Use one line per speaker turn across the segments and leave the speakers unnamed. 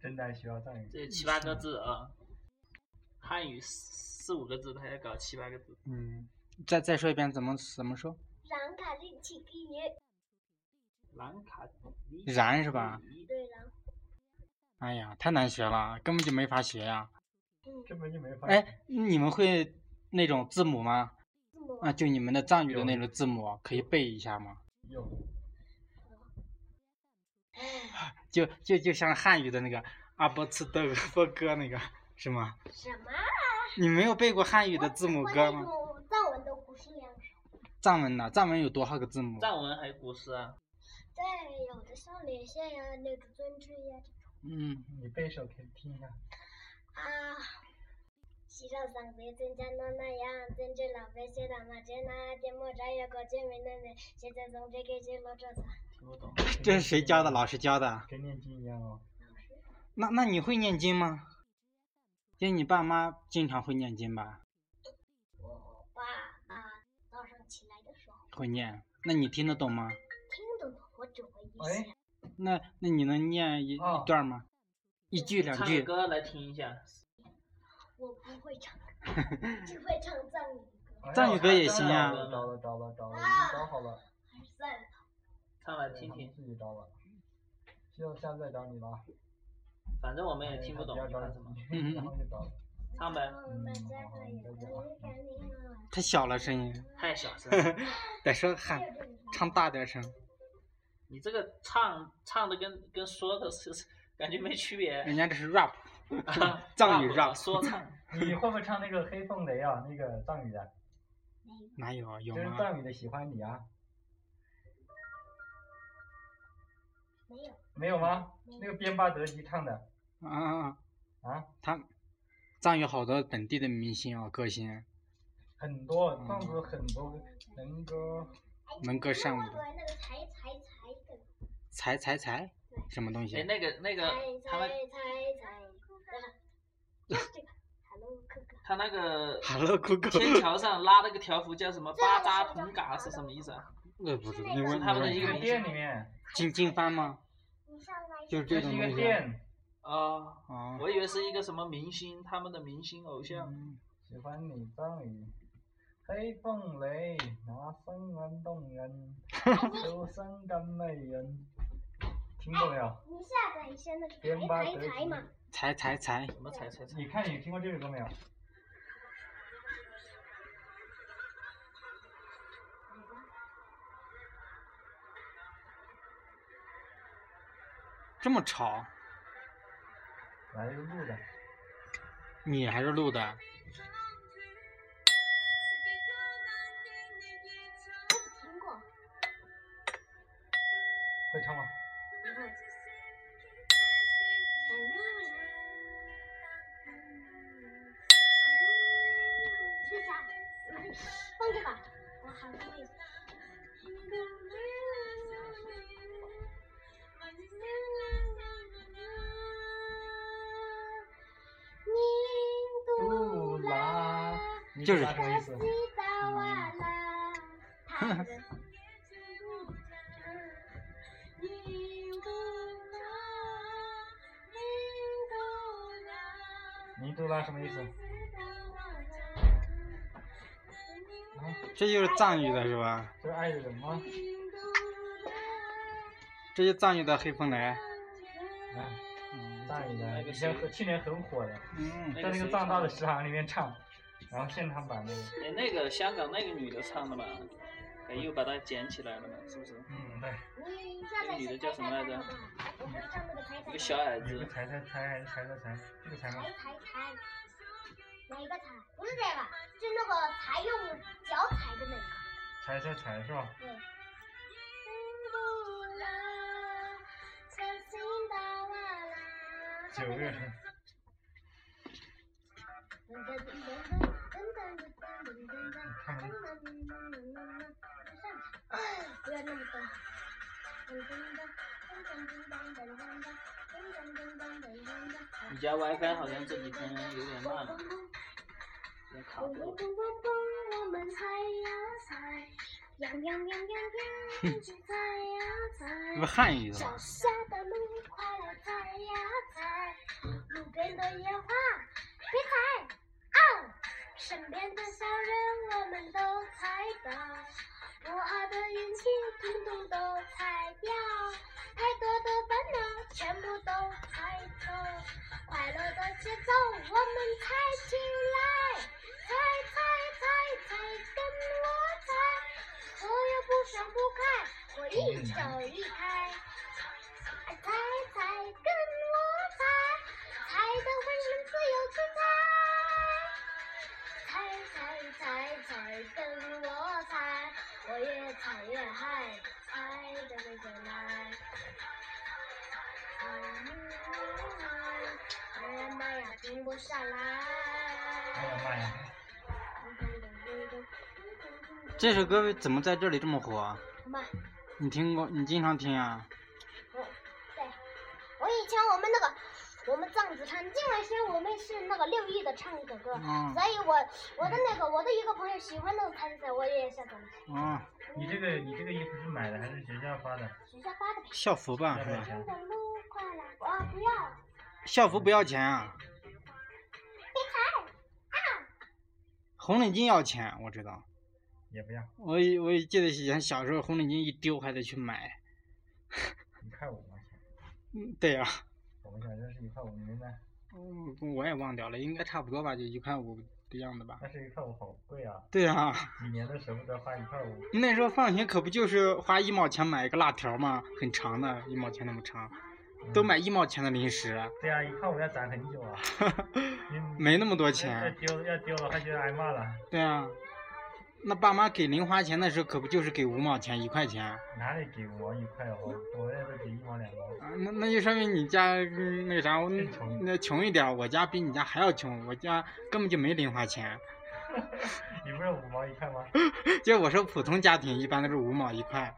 登代学校藏语，
嗯
这七八个字啊，汉语四四五个字，他要搞七八个字。
嗯，再再说一遍怎么怎么说？
兰卡利奇基耶，
兰卡迪
然是吧？
对了，
哎呀，太难学了，根本就没法学呀、
嗯，
根本就没法。，
哎，你们会那种字母吗？
字母
啊，就你们的藏语的
有
那种字母，可以背一下吗？
有
哎
就就就像汉语的那个阿波茨德波哥那个是吗？
什么？
你没有背过汉语的字母
我
歌
那
吗？
种藏文的不是两首，
藏文呢？藏文有多少个字母？
藏文还有古诗啊，
在有的上连线呀，那个尊称呀
嗯，
你背一首可以听一下。
啊。西上三杯增加那那样，增加老杯些打马街那点莫扎也搞见没那那，现在从这个街老找他。
听不懂。
这是谁教的？老师教的？
跟念经一样哦。
那那你会念经吗？就你爸妈经常会念经吧？
我爸啊，早上起来的时候
会念。那你听得懂吗？
听得懂，我只会一
哎
些。
那那你能念一、
哦
一段吗？一句两
唱
句
个。歌来听一下，
我不会唱，只会唱藏语歌。
哎呀
藏语歌也行啊
糟了糟了糟了，已经糟好了，
还是算了，
唱来听啊听。
自己糟了。希望下次再找你吧。哎
反正我们也听不懂，
不要
你
找
管 什么？
你，然后就找。
唱呗
嗯好好你再讲
太小了声音，
太小声，
得说喊唱大点声。
你这个唱唱的跟跟说的是 感觉没区别。啊
人家这是 rap，藏语嗯 rap
说 唱，
你会不会唱那个黑凤雷啊？那个藏语的，
哪有啊？有
就是
吗？
藏语的喜欢你啊，
没有，
没有吗？那个边巴德吉唱的
啊啊啊！
啊，
他藏语好多本地的明星哦，歌星
很多藏族很多
嗯
能歌，
能歌善舞
那，个那个才才才的，
才才才什么东
哎，
西？
那个那个
才
他们
才才才，就是这个，Hello 哥哥，
他那个
Hello Google，
天 桥上拉了个条幅，叫什么巴扎同嘎是什么意思啊？
我不知道，你
是
问你
他们的
问
一
一
个
个
他
名
店里面，
金金 帆吗？
你上来
就是
这
这
是
种
一
东
个
西。
店，
啊，
啊，
我以为是一个什么明星，他们的明星偶像。
嗯
喜欢你藏语。黑凤雷，那声音动人，有声更美人。听过没有？
你下载一下那个
边巴
才
德
才才嘛，
吉，
才才才，
什么才才才
你？看你听过这首歌没有？
这么吵，
来一个录的，
你还是录的？
我听过，
会唱吗？
不会。这下，放这吧，我好像会。
杜拉，你
就是
知道什么意思？尼杜拉什么意思？啊，
这就是藏语的是吧？
这是爱的人吗？
这就藏语的黑风雷。
啊，
哎
藏语的，
那个
以前
谁
和去年很火的，
嗯，
在那个
谁
藏大的
唱
食堂里面唱，然后现场版那个。
哎，那个香港那个女的唱的嘛，哎，又把她捡起来了嘛，是不是？
嗯，对，
那我会唱那个彩彩
一个小矮
有个
子，
才才才还是才才才，这个才吗
彩？彩彩，哪一个彩？不是这个，是那个才用脚踩的那个。
才才才是吧？
对。
九个人。
不要那么多。
你家 WiFi 好像这几天有点慢了，有点卡
蹦
顿
蹦。蹦蹦蹦，我们踩呀踩，痒痒痒痒痒，去踩呀
这不
踩。
汉语的
小
吗？
小的路，快来踩呀踩，哦身边的小人我们都猜到，不好的运气通通都猜掉，太多的烦恼全部都猜透，快乐的节奏我们猜起来，猜猜猜猜跟我猜，我也不想不开，我一脚一开，猜猜跟我猜，猜得浑身自由自在。猜猜猜猜，跟我猜，我越猜越嗨，猜着你就来。哎呀妈呀，停不下
哎呀
来。
妈呀！
这首歌为怎么在这里这么火啊？
妈，
你听过？你经常听啊？
对，我以前我们那个我们藏族唱，因为是我们是那个六艺的唱的歌，
嗯
所以我我的那个我的一个朋友喜欢那个猜猜，我也想怎么
哦，
你这个你这个衣服是买的还是学校发的？
学校发的呗。
校服吧是吧？
真的路快了，我不要，
校服不要钱啊？
别踩
红领巾要钱，我知道。
也不要。
我以我也记得以前小时候红领巾一丢还得去买。
一块五毛钱，
嗯，对啊，
我们小时候是一块五，你们呢？
嗯我也忘掉了，应该差不多吧，就一块五的样子吧。
但是一块五好贵啊！
对啊，
几年都舍不得花一块五。
那时候放学可不就是花一毛钱买一个辣条嘛，很长的，一毛钱那么长，都买一毛钱的零食，
嗯对啊，一块五要攒很久啊。你
没那么多
要
钱。
丢要丢了，还觉得挨骂了。
对啊，那爸妈给零花钱的时候可不就是给五毛钱、一块钱啊？
哪里给五毛一块哦？我那都给一毛两毛。
那那就说明你家嗯那个啥，我
更穷
那穷一点儿，我家比你家还要穷，我家根本就没零花钱。
你不是五毛一块吗？
就我说普通家庭一般都是五毛一块，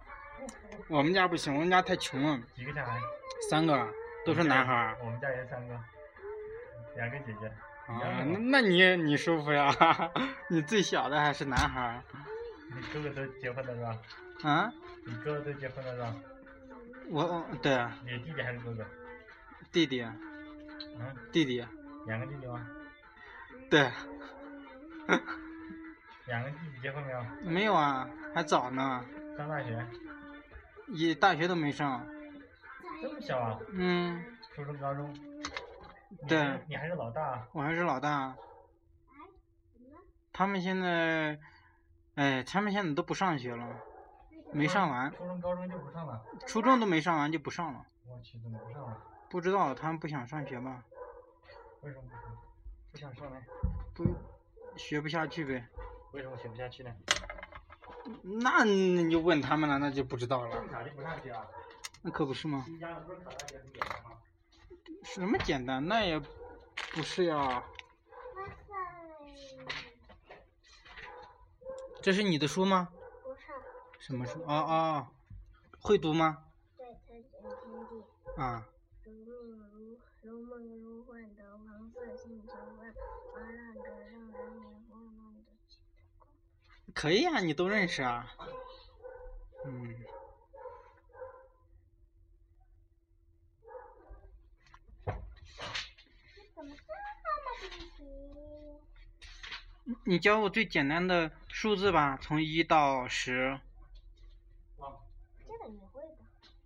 我们家不行，我们家太穷了，
几个小孩？
三个都是男孩儿
我们家也三个，两个姐姐。一
啊，
样
那
的嘛
那你你舒服呀， 你最小的还是男孩儿
你哥哥都结婚了是吧？
啊？
你哥哥都结婚了是吧？
我我对啊，
你弟弟还是哥哥？
弟弟
嗯，
弟弟
两个弟弟吗？
对，
两个弟弟结婚没有？
没有啊，还早呢，
上大学？
也大学都没上，
这么小啊？
嗯，
初中、高中？你
对
还你还是老大啊。
我还是老大。他们现在，哎，他们现在都不上学了，没上完，
初中、高中就不上了。
初中都没上完就不上了，
我去，怎么不上了？
不知道他们不想上学吧？
为什么不上？不想上呢？
不学不下去呗？
为什么学不下去呢？
那你就问他们了，那就不知道
这
了
么。小就不上学啊？
那可不是吗？
新疆的不是考大学很简单吗？
什么简单？那也不是呀。
了。
这是你的书吗？
不是，
什么书？哦哦，会读吗？
对他是天地。
啊，
如梦如如梦如幻的黄色星球万华浪的让人眼晃晃的起头光。
可以啊，你都认识啊。嗯，
怎么这么神奇？
你教我最简单的数字吧，从一到十。
这个你会吧？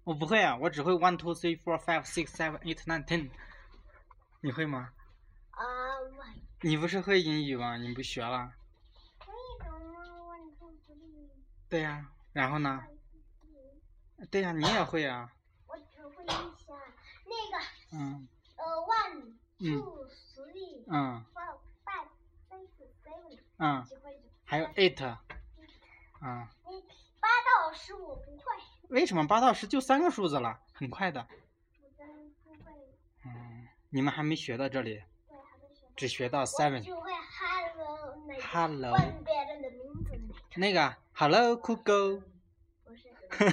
我不会啊，我只会 one two three four five six seven eight nine ten。你会吗？
啊，我
你不是会英语吗？你不学了？
这种梦问出不利。
对呀、然后呢？对呀、你也会啊。
我只会一下那个
嗯
呃，one
嗯
two three
嗯
four five six seven，
嗯，
只会
还有 eight。啊，
那八到十我不会，
为什么八到十就三个数字了？很快的。
我真不会，
嗯，你们还没学到这里，
对，还没学到。
只学到
我
seven。
只会 hello 那个
Hello
问别人的名字
那
那个，
个 Hello Google，
不是 hello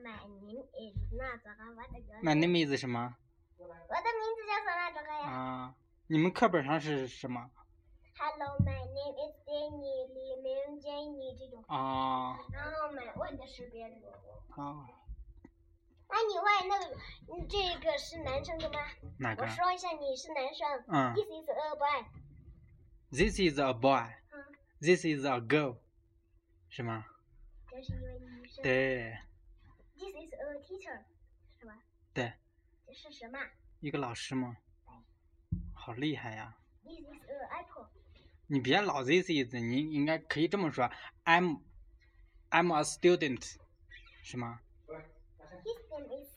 my name is 那咋个我的名字？
my name is 什么
我的名字叫什么这个呀
啊？你们课本上是什么
？Hello my name is Jenny 李明 Jenny 这种，
啊？
然后 my 问的是别人的。
啊，
那你问那个，你这个是男生的吗？
哪个
我？说一下，你是男生。
嗯
This is
This is a
a boy.
boy.
嗯，
This is a girl，是吗？
这是一位女生。
对
This is a teacher，是吗？
对，
这是什么
一个老师嘛，好厉害呀！
？This is a apple。
你别老 this is，你应该可以这么说，I'm I'm a student，是吗？
His name is 。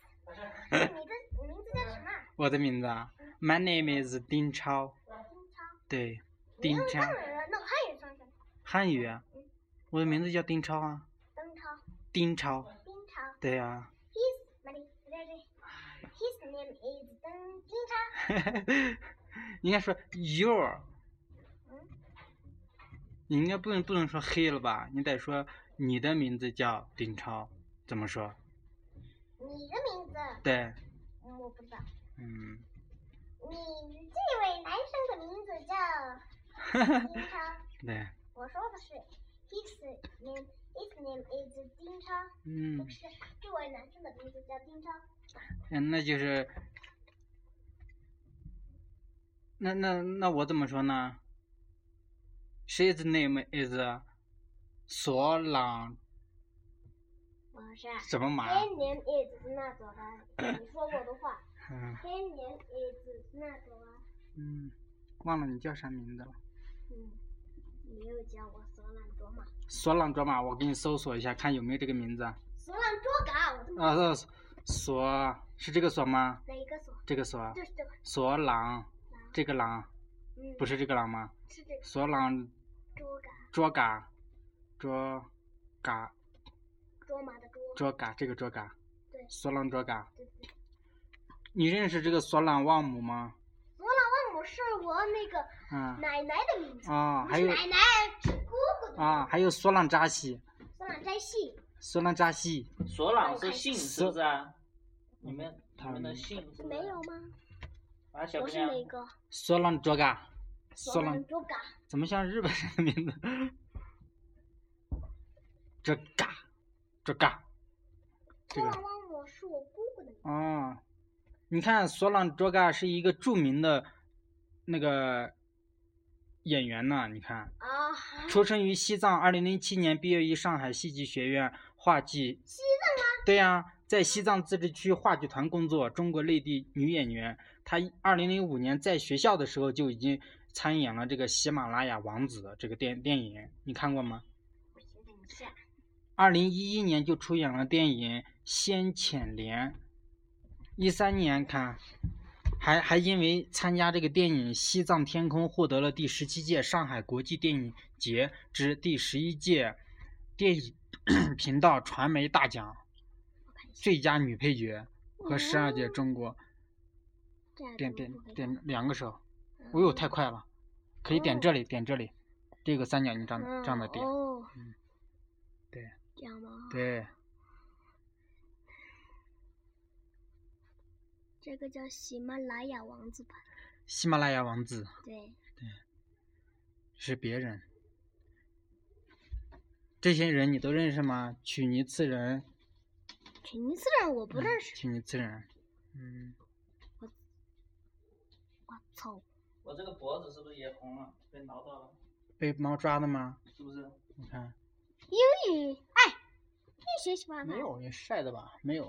你的名字叫什么？
我的名字啊，My name is 丁超，
丁超。
对，
你啊
丁
用
超
藏，语了，弄汉语说说。
汉语啊，我的名字叫丁超啊，
邓超，
丁超，
丁超。
对啊，
His 哪里？不对对。His name is 邓丁超。
应该说 your，
嗯，
你应该不能不能说黑了吧？你得说你的名字叫丁超，怎么说？
你的名字
对，
嗯我不知道。
嗯，
你这位男生的名字叫丁 超。
对，
我说的是 his name his name is 丁超，
嗯
就，是这位男生的名字叫丁超。
嗯那就是，那那那我怎么说呢？She's name is 索朗
我是啊。
什么马？
His name is 那 朵兰，你说过的话。
嗯
His name is 那朵兰，
嗯，忘了你叫啥名字了。
嗯，没有叫我索朗卓玛，
索朗卓玛，我给你搜索一下，看有没有这个名字啊？
索朗卓嘎，我这么
啊，呃索是这个索吗？
哪一个索？
这个索，
就是这个，
索朗，这个朗
嗯，
不是这个朗吗？
是这个
索朗
卓嘎，
卓嘎，卓嘎
卓玛的卓，
卓嘎，这个卓嘎，
对
索朗卓嘎。
对对。
你认识这个索朗旺姆吗？
索朗万姆是我那个
嗯。
奶奶的名字，
啊，
不
还
是
有
奶奶，是姑姑的名字。
啊，还有索朗扎西，
索朗摘戏，
索朗扎西，
索朗是姓是不是啊？你们你
他
们的
们
姓是不
没
是
有吗？
啊，小
我
姑
是
娘，
哪个？
索朗卓嘎，索朗
朗卓嘎，
怎么像日本人的名字？这嘎，这嘎，这
索
个
朗万姆是我姑姑的名字。
哦，你看索朗卓嘎是一个著名的那个演员呢，你看，
啊，
出生于西藏，二零零七年毕业于上海戏剧学院话剧。西藏吗？对呀、在西藏自治区话剧团工作，中国内地女演员。她二零零五年在学校的时候就已经参演了这个《喜马拉雅王子》这个电电影，你看过吗？
我想想一下，
二零一一年就出演了电影《先遣连》，一三年看，还还因为参加这个电影《西藏天空》获得了第十七届上海国际电影节之第十一届电影 频道传媒大奖最佳女配角和十二届中国
这样
点
子
点
嗯我不会看
点两个手，哎呦太快了，可以点这里点这里，这个三角形这样这样的点，嗯
哦，
对
这样吗？，
对。
这个叫喜马拉雅王子吧？
喜马拉雅王子
对，
是别人。这些人你都认识吗？曲尼次仁，
肯尼斯人我不认识，
曲尼次仁，嗯，
我操，
我这个脖子是不是也红了？被挠到了，
被猫抓的吗？
是不是？
你看，
英语，哎，这学习方法
没有，也晒的吧？没有，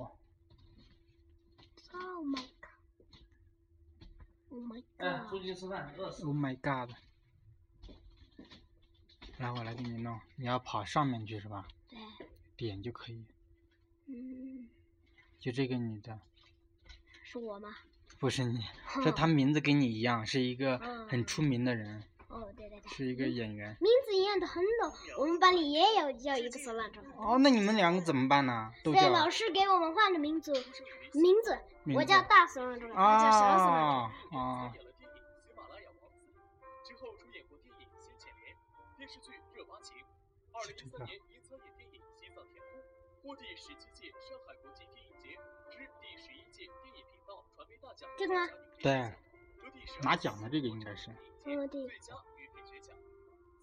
，Oh my god，Oh my
哎，出
god，
去吃饭，饿死了。
Oh my god！来，我来给你弄。你要跑上面去是吧？
对，
点就可以，
嗯，
就这个你的，
是我吗？
不是 你，是他名字跟你一样，是一个
嗯
很出名的人，
哦，对对对，
是一个演员。
名字一样的很冷，我们班里也有叫一个索朗卓玛。
哦，那你们两个怎么办呢？都
对，
叫
老师给我们换的名字，名字，
名
我
字
叫大索朗卓玛，他叫小索朗卓玛。
啊啊！
演了电影《喜马拉雅王子》，之后出演过电影《先遣连》、电视剧《热巴情》。二零一三年因参演电影《西藏天空》，获第十七届上海国际电影节之第十一届电影频道传媒大奖
这个吗
对
得第十
拿奖的这个应该是
嗯对
最佳女配角奖。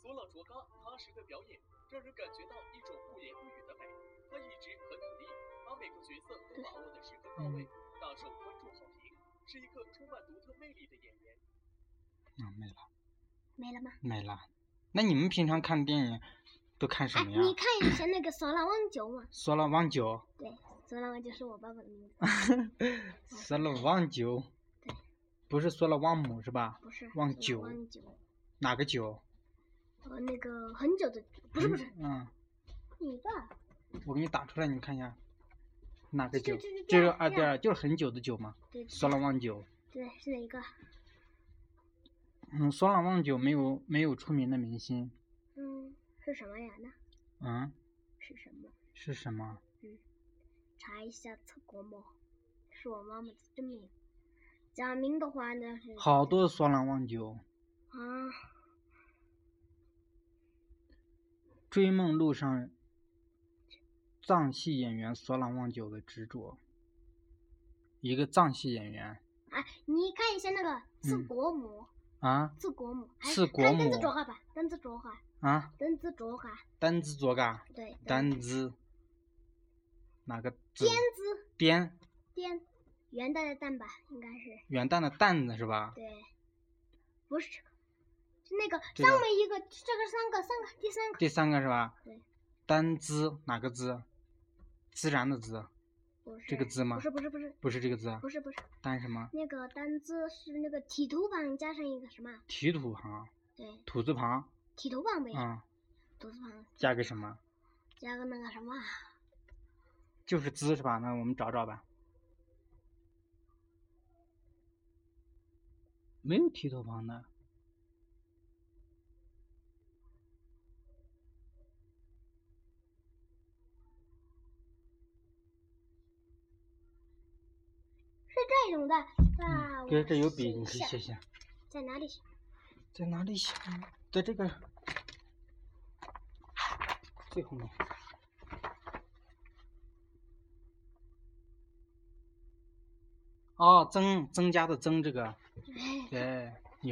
索朗卓嘎踏实的表演，让人感觉到一种不言不语的美。她一直很努力，把每个角色都把握的十分到位，大受关注好评，是一个充满独特魅力的演员。
嗯啊，没了。
没了吗？
没了。那你们平常看电影都看什
哎，
么呀？
你看以前那个《索朗旺九》嘛，
索朗旺九，
对，《索朗旺九》是我爸爸的名字，
索朗旺九，不是索朗旺姆是吧？
不是
旺
九
九
旺九，
哪个九？
呃，那个很久的，不是不是，
嗯，
你爸
我给你打出来，你看一下，哪个
这
九就
这这？这
是
样
啊，
这
对
样
啊，就是很久的久嘛。
对对
索朗旺九，
对是哪一个？
嗯，索朗旺九没有没有出名的明星，
嗯，是什么呀？那
嗯，
是什么？
是什么？
查一下侧国母，是我妈妈的真名。假名的话呢是
好多索朗旺九，
啊，
追梦路上，藏戏演员索朗旺九的执着，一个藏戏演员
哎，你看一下那个次
嗯
国母，
啊
次国母，哎
次国
看单字
母
浊化吧，单字浊化，
啊，
单字浊化，
单字左嘎，
对，
单
单
字，哪个字
颠？字
颠，
颠，元旦的旦吧，应该是
元旦的旦字是吧？
对，不是这个，是那个
这个
上面一个，这个三个，三个，第三个
第三个是吧
对？
单字哪个字？自然的字，
不是
这个字吗
不是不是不是
不是这个字啊，
不是不是，
单什么？
那个单字是那个体图旁加上一个什么？
提土旁，
对，
土字旁
体图旁呗，
啊、
土字旁
加个什么？
加个那个什么，啊
就是字是吧？那我们找找吧。没有提土旁的，
是这种的。那
这
我
嗯这有笔，
写
你
一
可以
下
写写。
在哪里写？
在哪里写呢？在这个最后面。哦，增增加的增这个，
哎，
对，